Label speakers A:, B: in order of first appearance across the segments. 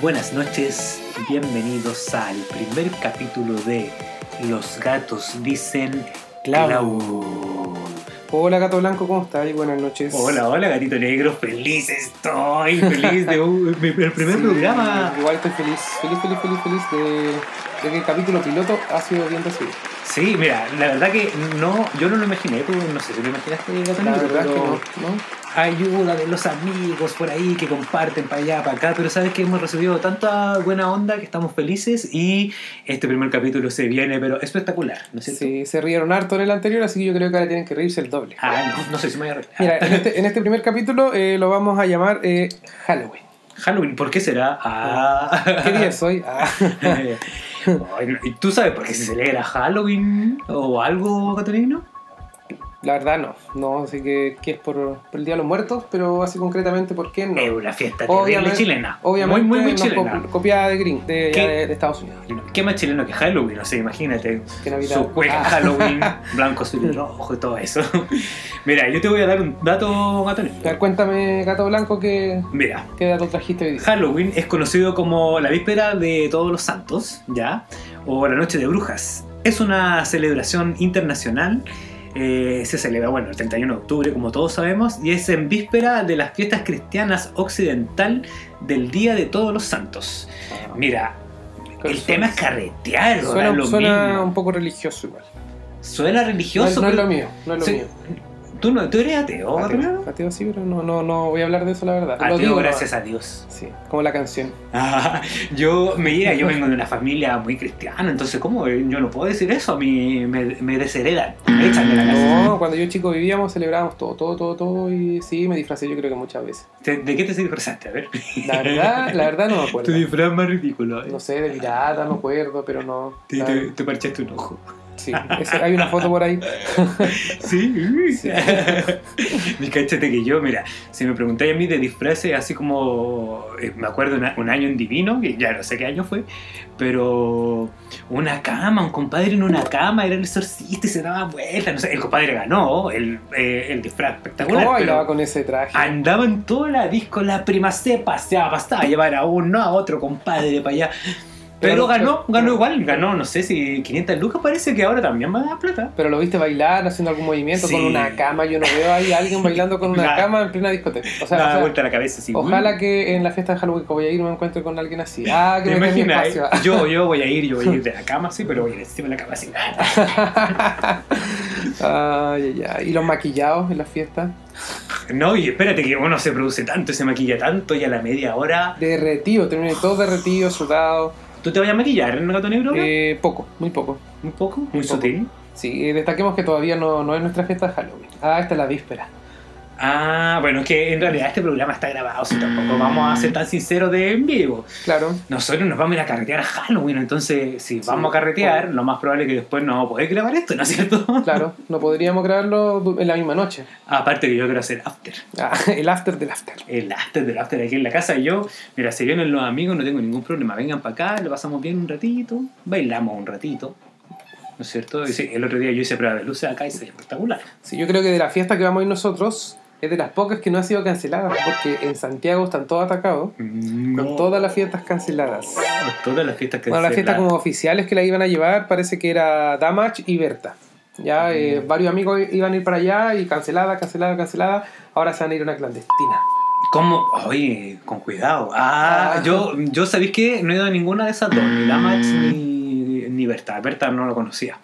A: Buenas noches, bienvenidos al primer capítulo de Los gatos dicen
B: Clau.
A: Clau.
B: Hola Gato Blanco, ¿cómo estás? Buenas noches.
A: Hola, hola, gatito negro, feliz estoy, feliz de un- mi- el primer
B: Sí,
A: programa.
B: Igual estoy feliz, feliz, feliz, feliz, feliz de, de que el capítulo piloto ha sido bien recibido.
A: Sí, mira, la verdad que no, yo no lo imaginé, tú no sé si lo imaginaste, gato
B: La
A: negro,
B: verdad
A: Ah, pero
B: que no, ¿no?
A: ayuda de los amigos por ahí que comparten para allá, para acá, pero sabes que hemos recibido tanta buena onda que estamos felices y este primer capítulo se viene, pero espectacular, ¿no es cierto?
B: Sí, se rieron harto en el anterior, así que yo creo que ahora tienen que reírse el doble.
A: Ah, no, no sé si me voy a arreglar.
B: Mira, en este, en este primer capítulo eh, lo vamos a llamar eh, Halloween.
A: Halloween, ¿por qué será? Ah.
B: ¿Qué día es hoy? Ah.
A: Ay, no, ¿Y tú sabes por qué se celebra Halloween o algo, Catalino?
B: La verdad no, no, así que, que es por, por el Día de los Muertos, pero así concretamente, ¿por qué no?
A: Es una fiesta terrible chilena.
B: obviamente
A: Eh, muy, muy, muy
B: nos
A: chilena.
B: copi- copiada de Green, de,
A: ¿Qué?
B: de- de Navidad.
A: ¿Qué más chileno que Halloween? O sea, imagínate.
B: Que Navidad.
A: Su cueca
B: Ah.
A: Halloween, blanco, azul y rojo y todo eso. Mira, yo te voy a dar un dato, Catalino.
B: A ver, cuéntame, gato blanco, ¿qué,
A: Mira,
B: qué datos trajiste hoy día?
A: Halloween es conocido como la víspera de todos los santos, ¿ya? O la noche de brujas. Es una celebración internacional. eh, se celebra, bueno, el 31 de octubre, como todos sabemos, y es en víspera de las fiestas cristianas occidental del Día de Todos los Santos. Mira, el tema es carretear, ¿no?
B: Suena,
A: Es lo
B: suena un
A: mismo.
B: poco religioso igual.
A: Suena
B: No, es-
A: religioso,
B: no es lo
A: pero
B: mío, no es lo
A: Sí,
B: mío.
A: tú, no, tú eres ateo,
B: Ateo,
A: ¿no?
B: ateo sí, pero no, no, no voy a hablar de eso, la verdad.
A: Ateo,
B: lo digo,
A: Ah, gracias a Dios.
B: nomás. Sí, como la canción.
A: Ah, yo, mira, yo vengo de una familia muy cristiana, entonces, ¿cómo? Yo no puedo decir eso, a mí me, me desheredan, me echan de la casa.
B: Mm. No, cuando yo chico vivíamos, celebrábamos todo, todo, todo, todo. Y sí, me disfracé yo creo que muchas veces.
A: ¿De, de qué te disfrazaste? A ver.
B: La verdad, la verdad no me
A: Tu
B: acuerdo.
A: disfraz más ridículo. ¿eh?
B: No sé, de pirata, no acuerdo, pero no.
A: Te,
B: la-
A: te- te parchaste un ojo.
B: Sí, ese- hay una foto por ahí.
A: Sí.
B: Sí.
A: Mi cachete que yo, mira, si me preguntáis a mí de disfraces, así como eh, me acuerdo una- un año en Divino, que ya no sé qué año fue, pero una cama, un compadre en una cama, era el exorcista y se daba vuelta, no sé, el compadre ganó el, eh, el disfraz espectacular.
B: ¿Cómo
A: pero
B: bailaba con ese traje?
A: Andaba en toda la disco, la prima se paseaba, pasaba a llevar a uno, a otro compadre para allá. Pero
B: Pero-
A: ganó,
B: pero-
A: ganó igual, ganó, no sé si 500 lucas parece que ahora también va a dar plata.
B: Pero lo viste bailar, haciendo algún movimiento
A: Sí.
B: con una cama. Yo no veo ahí a alguien bailando con una
A: Nada.
B: cama en plena discoteca. O sea,
A: Daba
B: o sea,
A: vuelta la cabeza, sí.
B: ojalá que en la fiesta de Halloween que voy a ir me encuentre con alguien así. Ah, que
A: ¿Te
B: me dé mi
A: imaginas?
B: espacio.
A: eh? Yo, yo voy a ir, yo voy a ir de la cama, sí, pero voy a ir encima de la cama así.
B: Ay, ay, ay. Ah, Y los maquillados en las fiestas.
A: No, y espérate que uno se produce tanto y se maquilla tanto y a la media hora.
B: Derretidos, terminé todos derretidos, sudados.
A: ¿Tú te vas a maquillar en gato negro? ahora?
B: Eh, poco, muy poco.
A: un poco, muy
B: poco.
A: sutil.
B: Sí, eh, destaquemos que todavía no, no es nuestra fiesta de Halloween. Ah, esta es la víspera.
A: Ah, bueno, es que en realidad este programa está grabado, si
B: Mm.
A: tampoco vamos a ser tan sinceros de en vivo.
B: Claro.
A: Nosotros nos vamos a ir a carretear a Halloween, entonces si
B: Sí,
A: vamos a carretear, lo más probable es que después no vamos a poder grabar esto, ¿no es cierto?
B: Claro, no podríamos grabarlo du- en la misma noche.
A: Aparte que yo quiero hacer after.
B: Ah, el after del after.
A: el after del after aquí en la casa. Y yo, mira, si vienen los amigos, no tengo ningún problema. Vengan para acá, lo pasamos bien un ratito, bailamos un ratito. ¿No es cierto? Y sí, el otro día yo hice prueba de luces acá y se ve espectacular.
B: Sí, yo creo que de la fiesta que vamos a ir nosotros es de las pocas que no ha sido cancelada, porque en Santiago están todos atacados, con todas las fiestas canceladas.
A: Todas las fiestas que
B: Bueno, las
A: se
B: fiestas
A: la-
B: como oficiales que la iban a llevar parece que era Damage y Berta. Ya eh, varios amigos i- iban a ir para allá y cancelada, cancelada, cancelada. Ahora se van a ir a una clandestina.
A: ¿Cómo? Oye, con cuidado. Ah,
B: Ah. Mm.
A: yo, yo sabéis que no he ido a ninguna de esas dos, ni Lamax ni, ni Berta. Berta no lo conocía.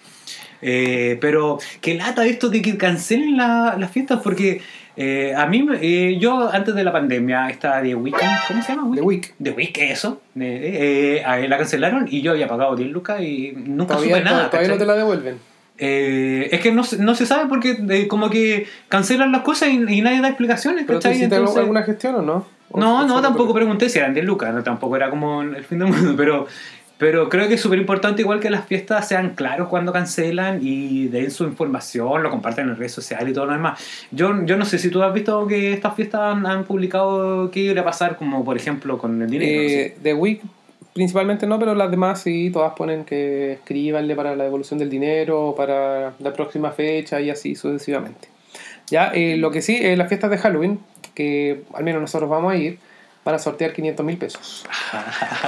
A: Eh, pero qué lata esto de que cancelen la- las fiestas, porque eh, a mí, me- eh, yo antes de la pandemia, esta de Weekend, ¿cómo se llama?
B: The Week.
A: The Week, eso. eh, eh, eh, la cancelaron y yo había pagado 10 lucas y nunca
B: Todavía,
A: supe nada.
B: todavía no
A: ¿cachai?
B: te la devuelven.
A: Eh, es que no, se- no se sabe porque eh, como que cancelan las cosas y, y nadie da explicaciones.
B: ¿Pero tú
A: ¿cachai?
B: hiciste
A: Entonces-
B: alguna gestión o no? ¿O- o
A: no, no,
B: solo
A: tampoco
B: tú?
A: pregunté si eran de lucas, no, tampoco era como el fin del mundo, pero, pero creo que es súper importante igual que las fiestas sean claros cuando cancelan y den su información, lo compartan en redes sociales y todo lo demás. Yo, yo no sé si tú has visto que estas fiestas han, han publicado qué iba a pasar, como por ejemplo con el dinero. no sé.
B: Eh, The Week principalmente no, pero las demás sí, todas ponen que escribanle para la devolución del dinero, para la próxima fecha y así sucesivamente. Ya, eh, lo que sí, eh, las fiestas de Halloween, que al menos nosotros vamos a ir, van a sortear 500 mil pesos.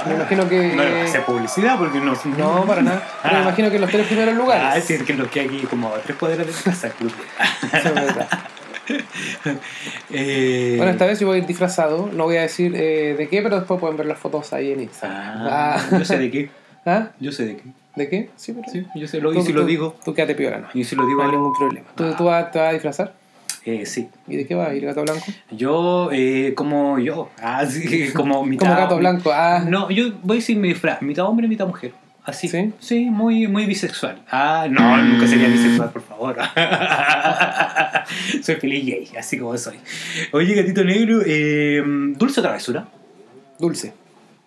B: Me imagino que...
A: No le voy a
B: eh,
A: hacer publicidad porque no.
B: no, para nada. Pero me imagino que los tres primeros lugares.
A: Ah, es decir, que lo que hay aquí como tres cuadras de casa, club.
B: Eso es verdad.
A: Eh,
B: Bueno, esta vez yo voy a ir disfrazado. No voy a decir eh, de qué, pero después pueden ver las fotos ahí en Instagram.
A: ah, Yo sé de qué.
B: ¿Ah?
A: Yo sé de qué.
B: ¿De qué? Sí, pero...
A: Sí, yo sé. Lo, y
B: Tú-
A: si lo
B: tú-
A: digo.
B: Tú quédate piola, no.
A: Y si lo digo.
B: No hay
A: ahora.
B: ningún problema. ¿Tú,
A: Ah.
B: tú vas, te vas a disfrazar?
A: Eh, sí.
B: ¿Y de qué vas a ir, gato blanco?
A: Yo, eh, como yo. Ah, sí, como mitad.
B: Como gato blanco. Ah,
A: No, yo voy sin mi disfraz. Mitad hombre, mitad mujer. Así.
B: ¿Sí? Mm.
A: Sí, muy, muy bisexual. Ah, no, nunca sería bisexual, por favor. soy feliz gay, así como soy. Oye, gatito negro, eh, ¿dulce o travesura?
B: dulce.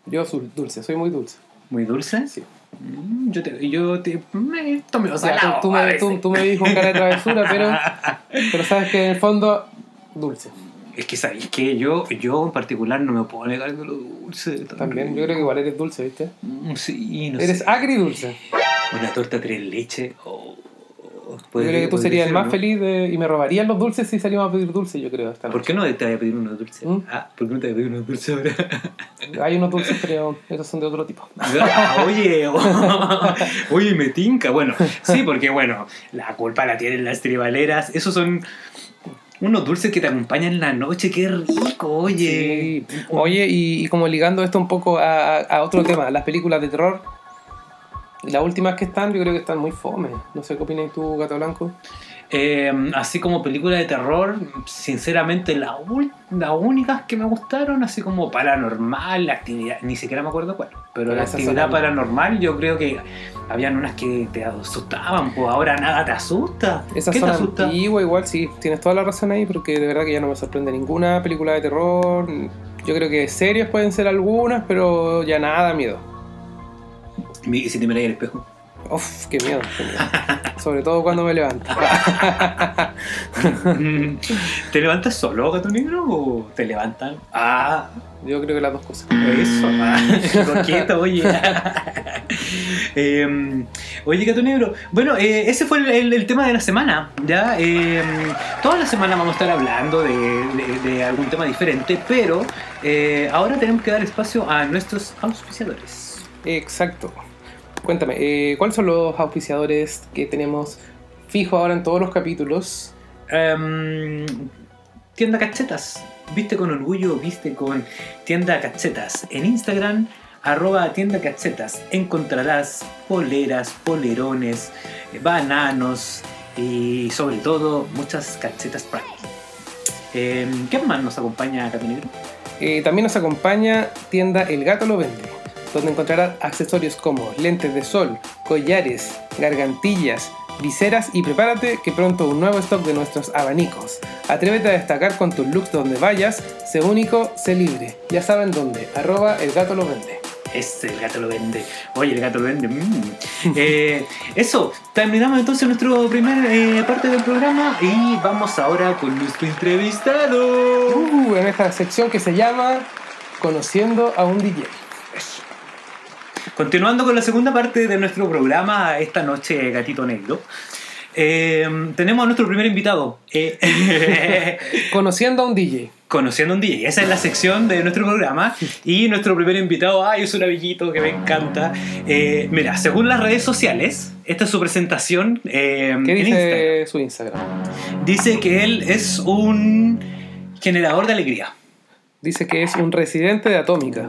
B: Yo soy dulce, soy muy dulce.
A: ¿Muy dulce?
B: Sí.
A: Mm, Yo te. Yo te. Me tomé o
B: O sea, tú, tú me, tú, tú me ves con cara de travesura, pero, pero sabes que en el fondo, dulce.
A: Es que sabéis que yo, yo en particular no me puedo negar de lo dulce. tan
B: También, yo creo que igual eres dulce, ¿viste?
A: Mm, Sí, no
B: Eres
A: sé.
B: agridulce.
A: Una torta tres leches. Oh,
B: Yo creo que tú serías el más
A: feliz
B: feliz de- y me robarías los dulces si salimos a pedir dulce, yo creo. Esta
A: ¿Por
B: noche.
A: qué no te voy a pedir unos dulces?
B: ¿Mm?
A: Ah, ¿por qué no te voy a pedir unos dulces ahora?
B: Hay unos dulces, pero esos son de otro tipo.
A: Ah, oye, oh. oye, me tinca. Bueno, sí, porque bueno, la culpa la tienen las tribaleras. Esos son unos dulces que te acompañan en la noche. Qué rico, oye.
B: Sí. Oye, y, y como ligando esto un poco a, a otro tema, las películas de terror, las últimas que están, yo creo que están muy fome. No sé qué opinas tú, Gato Blanco.
A: Eh, así como película de terror, sinceramente la ul- las únicas que me gustaron, así como paranormal, la actividad, ni siquiera me acuerdo cuál, pero
B: Pero
A: la
B: esas
A: actividad
B: son las-
A: paranormal yo creo que habían unas que te asustaban, pues ahora nada te asusta.
B: Esas
A: ¿Qué te
B: son
A: asusta?
B: antiguas, igual sí, tienes toda la razón ahí, porque de verdad que ya no me sorprende ninguna película de terror. Yo creo que series pueden ser algunas, pero ya nada da miedo.
A: Y si te miras al espejo.
B: Uf, qué miedo, qué miedo. Sobre todo cuando me levanto.
A: ¿Te levantas solo, gato negro? ¿O te levantan? Ah,
B: Yo creo que las dos cosas.
A: Eso, ah, coqueto, oye. Eh, oye, Gato Negro. Bueno, eh, ese fue el, el- el tema de la semana. ¿ya? Eh, toda la semana vamos a estar hablando de, de- de algún tema diferente, pero eh, ahora tenemos que dar espacio a nuestros auspiciadores.
B: Exacto. Cuéntame, eh, ¿cuáles son los auspiciadores que tenemos fijo ahora en todos los capítulos?
A: Em, tienda Cachetas. Viste con orgullo, viste con Tienda Cachetas. En Instagram, arroba Tienda Cachetas, encontrarás poleras, polerones, eh, bananos y sobre todo muchas cachetas Prime. Em, ¿Qué más nos acompaña, Gato Negro?
B: Eh, también nos acompaña tienda El Gato Lo Vende, donde encontrarás accesorios como lentes de sol, collares, gargantillas, viseras y prepárate que pronto un nuevo stock de nuestros abanicos. Atrévete a destacar con tus looks donde vayas, sé único, sé libre. Ya saben dónde, arroba El Gato Lo Vende.
A: Este, el gato lo vende. Oye, el gato lo vende. mm. Eh, eso, terminamos entonces nuestro primer eh, parte del programa y vamos ahora con nuestro entrevistado.
B: Uh, en esta sección que se llama Conociendo a un DJ.
A: Continuando con la segunda parte de nuestro programa, esta noche Gatito Negro, eh, tenemos a nuestro primer invitado, eh,
B: Conociendo a un DJ.
A: Conociendo a un DJ. Esa es la sección de nuestro programa. Y nuestro primer invitado, ay, es un amiguito que me encanta. Eh, mira, según las redes sociales, esta es su presentación eh,
B: ¿Qué
A: en Instagram.
B: dice su Instagram?
A: Dice que él es un generador de alegría.
B: Dice que es un residente de Atómica.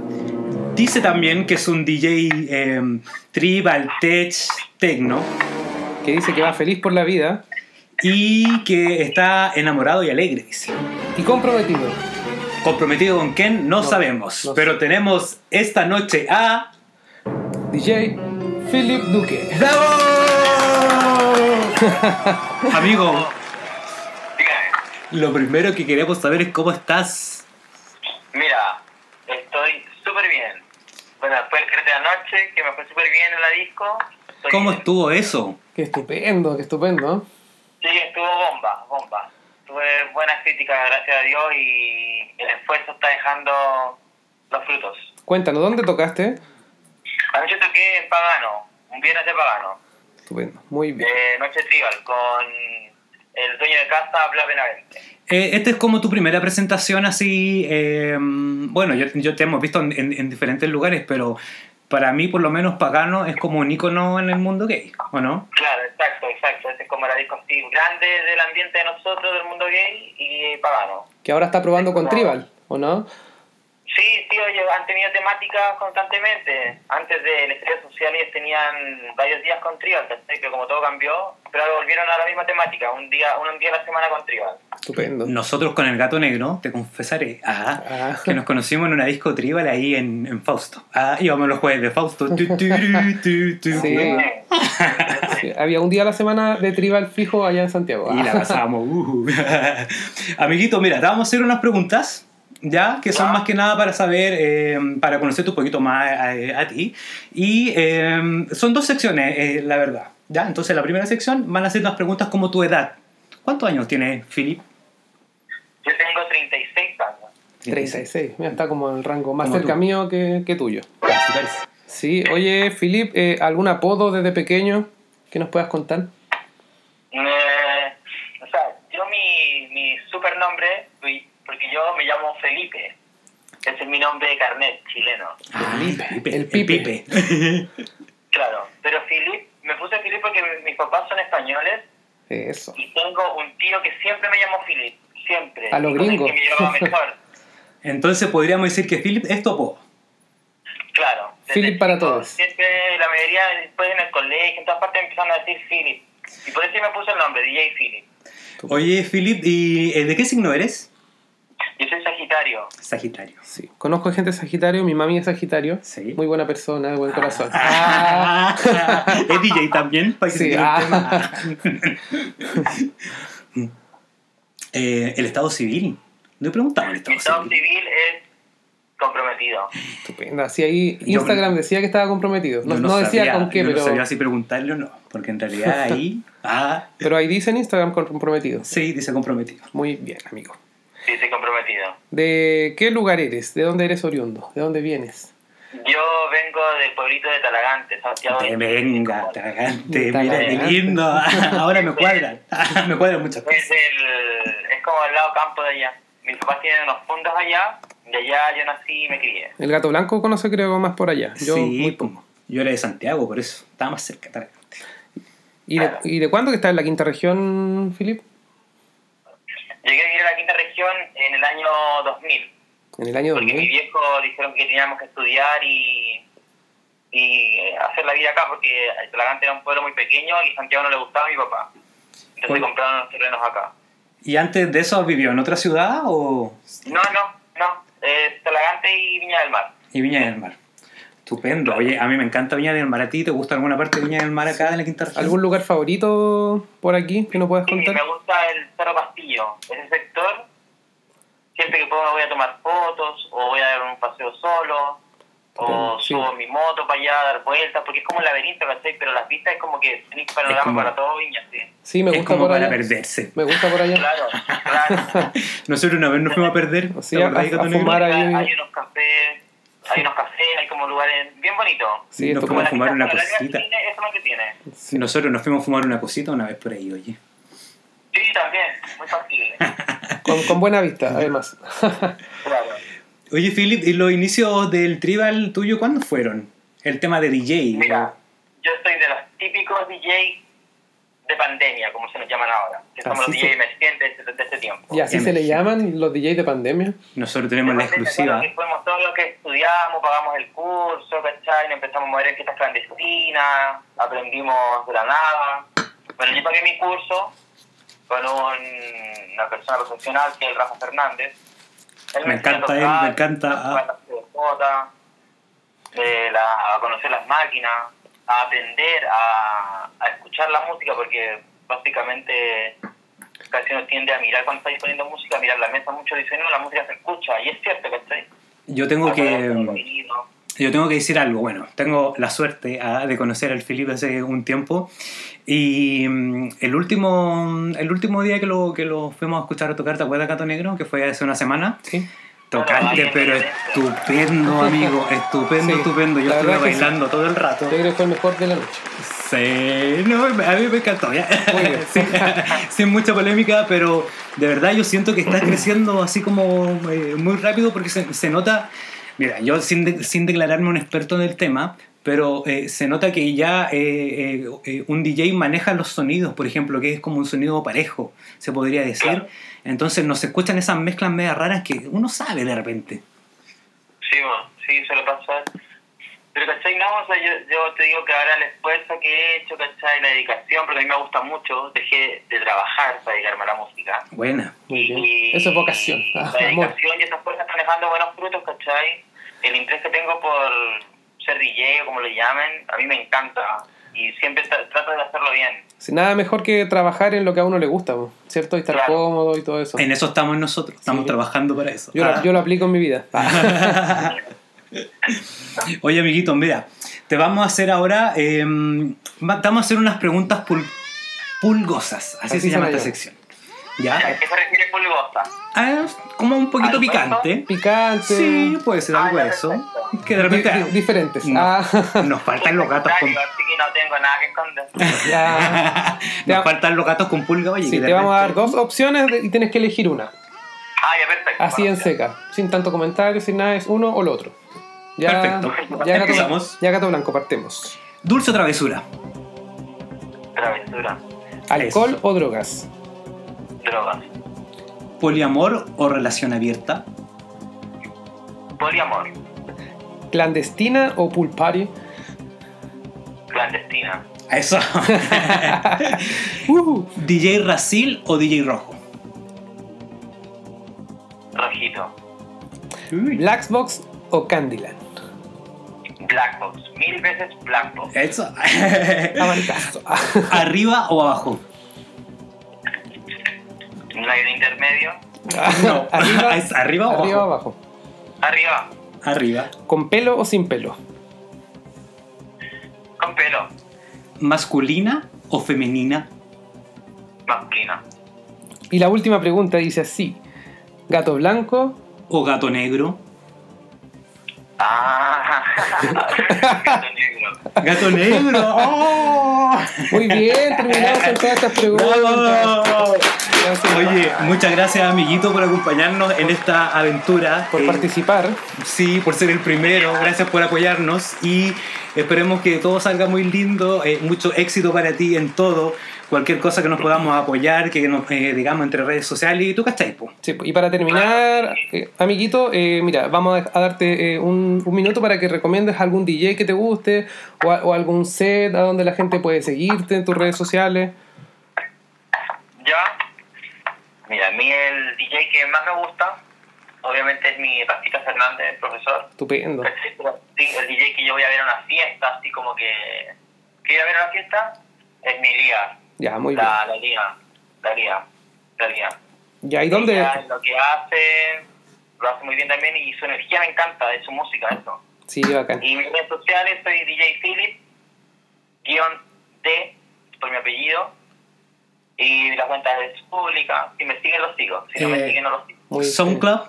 A: Dice también que es un DJ eh, tribal, tech, techno.
B: que dice que va feliz por la vida
A: y que está enamorado y alegre, dice.
B: y comprometido.
A: Comprometido con quién, no,
B: No,
A: sabemos,
B: no sé.
A: pero tenemos esta noche a...
B: DJ Philip Duque.
A: ¡Bravo! Amigo, lo primero que queremos saber es cómo estás.
C: Mira, estoy súper bien. Bueno, después del carrete de anoche, que me fue súper bien en la disco. estoy
A: ¿Cómo
C: bien.
A: estuvo eso?
B: Qué estupendo, qué estupendo.
C: Sí, estuvo bomba, bomba. Tuve buenas críticas, gracias a Dios, y el esfuerzo está dejando los frutos.
B: Cuéntanos, ¿dónde tocaste?
C: Anoche toqué en Pagano, un viernes de Pagano,
B: Estupendo, muy bien.
C: de Noche Tribal, con el dueño de casa Blas Benavente.
A: Eh, esta es como tu primera presentación así, eh, bueno, yo, yo te hemos visto en, en- en diferentes lugares, pero para mí por lo menos Pagano es como un ícono en el mundo gay, ¿o no?
C: Claro, exacto, exacto. Ese es como la disco así grande del ambiente de nosotros, del mundo gay y pagano.
B: Que ahora está probando con Tribal, ¿o no?
C: Sí, sí, oye, han tenido temáticas constantemente. Antes del estrés social ellos tenían varios días con Tribal, ¿cachai? que como todo cambió, pero ahora volvieron a la misma temática, un día un día a la semana con Tribal.
B: Estupendo.
A: Nosotros con el gato negro, te confesaré, ah,
B: Ah.
A: que nos conocimos en una disco tribal ahí en, en Fausto. Ah, íbamos los jueves de Fausto. Tu, tu, ru, tu, tu.
B: Sí.
C: Eh,
B: Sí, Había un día a la semana de Tribal fijo allá en Santiago.
A: Y la
B: Ah.
A: pasábamos. ujú. Amiguito, mira, te vamos a hacer unas preguntas, ¿ya? Que son
C: Ya.
A: más que nada para saber, eh, para conocerte un poquito más eh, a, a- a ti. Y eh, son dos secciones, eh, la verdad, ¿ya? Entonces, la primera sección van a ser unas preguntas como tu edad. ¿Cuántos años tiene Philip?
C: Yo tengo 36 años.
B: 36. Mira, está como en el rango más
A: Como
B: cerca
A: tú.
B: mío que, que tuyo.
A: Parece, parece.
B: Sí, oye, Filip, eh, ¿algún apodo desde pequeño que nos puedas contar?
C: Eh, o sea, yo mi, mi supernombre, uy, porque yo me llamo Felipe, ese es mi nombre de carnet chileno.
A: Ah, el Pipe.
B: el
A: El
B: Pipe.
A: Pipe.
C: Claro, pero Felipe, me puse Felipe porque mi- mis papás son españoles
B: Eso.
C: y tengo un tío que siempre me llamó Philip, siempre.
B: A lo
C: Y con el
B: gringo.
C: Que me llevaba mejor,
A: Entonces, podríamos decir que Philip es tu apodo.
C: claro. Desde
B: Philip para
C: chico,
A: Eh.
B: todos.
C: Siempre, la mayoría, después en el colegio, en todas partes me empezaron a decir Philip. Y por eso me puse el nombre, DJ Philip.
A: Oye, Philip, ¿y eh, de qué signo eres?
C: Yo soy Sagitario.
B: Ah,
A: Sagitario.
B: Sí. Conozco gente Sagitario, mi mami es Sagitario.
A: Sí.
B: Muy buena persona, de buen corazón. Ah.
A: ¿Es DJ también? Para que
B: Sí,
A: se tire un
B: ah.
A: tema. Eh, el Estado civil. No he preguntado el
C: Mi
A: Estado
C: estado
A: civil.
C: civil es comprometido.
B: Estupendo. Así ahí
A: Yo-
B: Instagram decía que estaba comprometido. No,
A: Yo
B: no decía
A: sabía-
B: con qué,
A: yo no
B: pero,
A: sabía si preguntarle o no. Porque en realidad ahí. Ah,
B: pero ahí dice en Instagram comprometido.
A: sí, dice comprometido.
B: Muy bien, amigo.
C: Sí, soy comprometido.
B: ¿De qué lugar eres? ¿De dónde eres oriundo? ¿De dónde vienes?
C: Yo vengo del pueblito de Talagante, Santiago.
A: Te
C: de
A: venga, tragante. Mira qué
B: Tragante.
A: lindo. Ahora me cuadra. Me cuadran muchas
C: Es,
A: cosas.
C: el, es como el lado campo de allá. Mis papás tienen unos fundos allá, de allá yo nací y me crié.
B: El gato blanco conoce creo más por allá. Yo
A: sí, pues,
B: muy poco.
A: Yo era de Santiago, por eso. Estaba más cerca. Tragante.
B: ¿Y de, y de cuándo que estás en la quinta región, Filip?
C: Llegué a vivir a la quinta región en el año 2000,
B: En el año
C: porque mis
B: 2000.
C: viejos dijeron que teníamos que estudiar y, y eh, hacer la vida acá, porque Talagante era un pueblo muy pequeño y Santiago no le gustaba a mi papá. Entonces
A: Bueno.
C: compraron los terrenos acá.
A: ¿Y antes de eso vivió en otra ciudad o
C: No, no, no. Eh, Talagante y Viña del Mar.
A: Y Viña del Mar. Estupendo. Oye, a mí me encanta Viña del Mar. ¿A ti te gusta alguna parte de Viña del Mar acá de la Quinta Región?
B: ¿Algún lugar favorito por aquí que no puedas
C: Sí, me
B: contar?
C: gusta el Cerro Castillo. Ese sector, siempre que puedo voy a tomar fotos, o voy a dar un paseo solo, o
B: Bien, sí.
C: subo mi moto para allá a dar vueltas, porque es como un laberinto, ¿cachai? Pero las vistas es como que tenéis panorama
A: como-
C: para todo Viña, sí.
B: Sí, me
A: es
B: gusta
A: como
B: por
A: para
B: allá.
A: perderse.
B: Me gusta por allá.
C: Claro, claro.
A: Nosotros una vez nos fuimos a perder.
B: O sea,
A: ¿te acordás,
B: a-
A: Gato
B: a
A: Negro?
B: fumar. Para
C: hay,
B: ahí-
C: unos cafés, hay unos cafés, hay como lugares bien bonitos.
B: Sí,
A: Nos
B: esto
A: fuimos a
C: las
A: fumar
C: vistas
A: una
C: panorama que
A: cosita.
C: tiene, Eso es lo que tiene.
B: Sí.
A: Nosotros nos fuimos a fumar una cosita una vez por ahí, oye.
C: Sí, también, muy factible.
B: Con, con buena vista, además.
C: claro.
A: Oye, Philip, ¿y los inicios del tribal tuyo cuándo fueron? El tema de DJ.
C: Mira, yo soy de los típicos DJ de pandemia, como se nos llaman ahora, que somos
B: Así
C: los
B: se-
C: DJ emergentes de, de este tiempo.
B: y así se le llaman los DJs de pandemia.
A: Nosotros
C: De
A: tenemos la
C: pandemia,
A: exclusiva.
C: claro, que fuimos todos los que estudiamos, pagamos el curso, ¿cachai? Nos empezamos a mover en fiestas clandestinas, aprendimos de la nada. Bueno, yo pagué mi curso con un- una persona profesional que es el Rafa Fernández. Él
A: Me
C: enseñó a
A: encanta él,
C: tocar,
A: me encanta,
C: a tocar
A: ah.
C: las CDJ, eh, la- a conocer las máquinas, a aprender a, a escuchar la música, porque básicamente casi uno tiende a mirar cuando estáis poniendo música, a mirar la mesa mucho, dice, no, la música se escucha, y es cierto, ¿cachai?
A: Yo tengo
C: Acá con
A: que. mm,
C: vinilo.
A: Yo tengo que decir algo, bueno, tengo la suerte ah, de conocer al Felipe hace un tiempo y mm, el último, el último día que lo, que lo fuimos a escuchar a tocar, ¿te acuerdas, Gato Negro? Que fue hace una semana.
B: Sí.
A: Tocante,
C: Bueno,
A: pero
C: bien,
A: estupendo, amigo, estupendo,
B: Sí,
A: estupendo. Yo
B: la
A: estuve
B: verdad que sí.
A: bailando todo el rato.
B: Yo creo que fue el mejor de la noche.
A: Sí, no, a mí me encantó, ya.
B: Muy bien.
A: Sí, sin mucha polémica, pero de verdad yo siento que está creciendo así como eh, muy rápido porque se, se nota, mira, yo sin, de- sin declararme un experto del tema, pero eh, se nota que ya eh, eh, eh, un DJ maneja los sonidos, por ejemplo, que es como un sonido parejo, se podría decir.
C: Claro.
A: Entonces nos escuchan esas mezclas media raras que uno sabe de repente.
C: Sí, bueno, sí, suele pasar. Pero, ¿cachai? No, o sea, yo, yo te digo que ahora el esfuerzo que he hecho, ¿cachai? La dedicación, porque a mí me gusta mucho, dejé de trabajar para dedicarme a la música.
A: Buena.
B: Muy bien. Eso es vocación, ah,
C: Y La
B: amor.
C: dedicación y esas cosas están dejando buenos frutos, ¿cachai? El interés que tengo por ser DJ o como le llamen, a mí me encanta. Y siempre tra- trato de hacerlo bien.
B: Si Nada mejor que trabajar en lo que a uno le gusta, po, ¿cierto? Y estar
C: Claro.
B: cómodo y todo eso.
A: En eso estamos nosotros, estamos
B: Sí.
A: trabajando para eso.
B: Yo,
A: Ah.
B: lo, yo lo aplico en mi vida. Ah,
A: Oye, amiguito, mira, te vamos a hacer ahora. eh, va- te vamos a hacer unas preguntas pul- pulgosas, así, se
B: Así
A: llama
B: se
A: esta
B: llama.
A: sección.
C: ¿A
A: ¿Ya?
C: qué se refiere pulgosa?
A: Ah, como un poquito
C: ¿Al
A: picante.
B: Picante.
A: Sí, puede ser algo
C: Ah,
A: de
C: ya,
A: eso.
C: perfecto.
A: Que de
B: di-
A: repente.
B: di- diferentes.
A: No.
B: Ah,
A: Nos faltan los gatos con.
C: Así que no tengo nada que esconder.
B: ya.
A: Nos faltan los gatos con pulga, oye.
B: Sí,
A: que de
B: te vamos a dar
A: repente-
B: dos opciones de- y tienes que elegir una.
C: Ah, ya, perfecto.
B: Así en
C: Bueno,
B: seca, sin tanto comentario, sin nada, es uno o el otro. Ya,
A: Perfecto.
B: Ya gato,
A: Empezamos.
B: ya gato blanco, partemos.
A: Dulce o travesura.
C: Travesura,
B: ¿Alcohol
A: Eso.
B: o drogas?
C: drogas,
A: Poliamor o relación abierta.
C: poliamor,
B: ¿Clandestina o pool party?
C: clandestina,
A: Eso.
B: Ujú.
A: DJ Racil o DJ Rojo.
C: rojito,
B: ¿Black Box o Candyland?
C: black box, mil veces black box,
A: Eso.
B: Abanicazo.
A: ¿Arriba o abajo?
C: no hay un intermedio,
B: ¿Arriba,
A: ¿Es arriba o
B: arriba o
A: abajo?
B: abajo?
C: arriba,
A: Arriba.
B: ¿Con pelo o sin pelo?
C: con pelo,
A: ¿Masculina o femenina?
C: masculina,
B: Y la última pregunta dice así. ¿Gato blanco?
A: ¿O gato negro?
C: ah, gato negro,
A: ¡Gato negro! ¡Oh!
B: Muy bien, terminamos con todas estas preguntas.
A: ¡Bravo!
B: Gracias
A: Oye, muchas gracias amiguito por acompañarnos en esta aventura.
B: por
A: Eh,
B: participar.
A: Sí, por ser el primero. Gracias por apoyarnos y esperemos que todo salga muy lindo. Eh, mucho éxito para ti en todo. Cualquier cosa que nos podamos apoyar, que nos eh, digamos entre redes sociales y tú cachai, po.
B: Sí, y para terminar, eh, amiguito, eh, mira, vamos a a darte eh, un, un minuto para que recomiendes algún DJ que te guste o, a- o algún set a donde la gente puede seguirte en tus redes sociales.
C: ya, mira, a mí el DJ que más me gusta, obviamente es mi Pasquita Fernández, el profesor,
B: Estupendo.
C: ¿Cachai? Pero Sí, el DJ que yo voy a ver a una fiesta, así como que. ¿Que ir a ver a una fiesta? Es mi liga.
B: Ya, muy bien.
C: La, la liga. La liga. La liga.
B: Ya, ¿y dónde?
C: Ella, Lo que hace, lo hace muy bien también y su energía me encanta, es su música, eso.
B: Sí, bacán.
C: Y mis redes sociales soy DJ Philip, guión D, por mi apellido. Y la cuenta es pública. Si me siguen, los sigo. Si no me
A: Eh,
C: siguen, no los sigo.
B: Muy bien.
A: SoundCloud.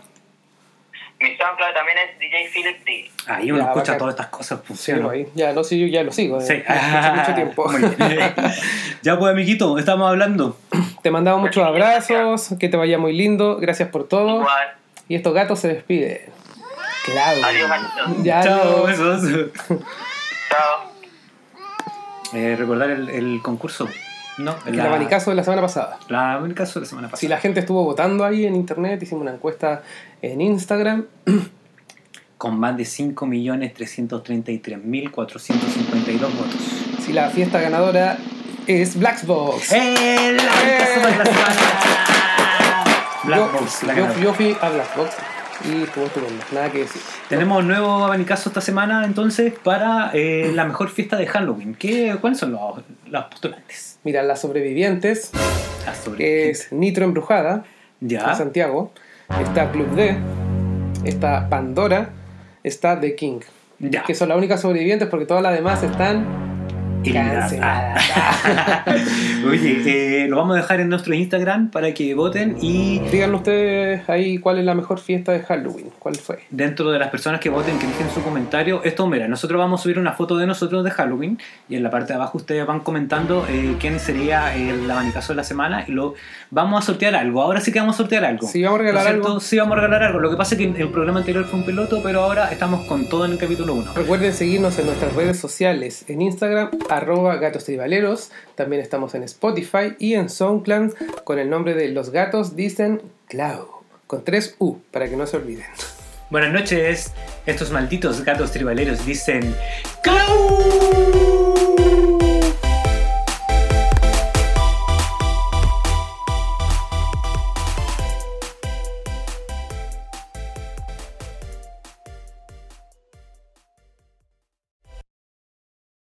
C: Mi SoundCloud también es DJ Philip D.
A: Ahí uno
B: Ya,
A: escucha
B: bacán.
A: todas estas cosas. pues,
B: Sí,
A: ¿sí o no?
B: ahí. Ya, no, sí, yo ya lo sigo.
A: Sí.
B: eh, hace mucho tiempo.
A: Muy bien. ya pues, amiguito, estamos hablando.
B: Te mandamos muchos abrazos, que te vaya muy lindo, gracias por todo.
C: Igual.
B: Y estos gatos se despiden. Claro.
C: Adiós, gatitos.
B: Ya,
A: Chao,
B: adiós.
A: besos.
C: Chao.
A: Eh, recordar el, el concurso. No,
B: El abanicazo de la semana pasada.
A: La abanicazo de la semana pasada.
B: Si la gente estuvo votando ahí en internet, hicimos una encuesta en Instagram.
A: Con más de 5.333.452 votos.
B: Si la fiesta ganadora es Blackbox.
A: Eh, ¡El abanicazo de la semana! Black
B: yo,
A: Box, la
B: yo,
A: ganadora.
B: yo fui a Blackbox y estuvo estupendo, nada que decir.
A: Tenemos un nuevo abanicazo esta semana entonces para eh, la mejor fiesta de Halloween. ¿Qué, ¿Cuáles son los, las postulantes?
B: Mira, las sobrevivientes,
A: Ah, sobre-
B: que es Nitro Embrujada,
A: ya.
B: en Santiago. Está Club D, está Pandora, está The King.
A: Ya.
B: Que son las únicas sobrevivientes porque todas las demás están Canceladas.
A: Oye, eh, lo vamos a dejar en nuestro Instagram para que voten y
B: Díganlo ustedes ahí cuál es la mejor fiesta de Halloween. ¿Cuál fue?
A: dentro de las personas que voten, que dejen su comentario, esto, mira, nosotros vamos a subir una foto de nosotros de Halloween y en la parte de abajo ustedes van comentando eh, quién sería el abanicazo de la semana y lo vamos a sortear algo. Ahora sí que vamos a sortear algo.
B: Si vamos a
A: ¿No es
B: regalar
A: cierto?
B: algo,
A: Sí, vamos a regalar algo. Lo que pasa es que el programa anterior fue un piloto, pero ahora estamos con todo en el capítulo 1.
B: recuerden seguirnos en nuestras redes sociales. En Instagram, arroba gatos tribaleros. También estamos en Spotify y en SoundCloud con el nombre de Los Gatos Dicen Cloud. Con 3 U, para que no se olviden.
A: Buenas noches, estos malditos gatos tribaleros dicen ¡Cau!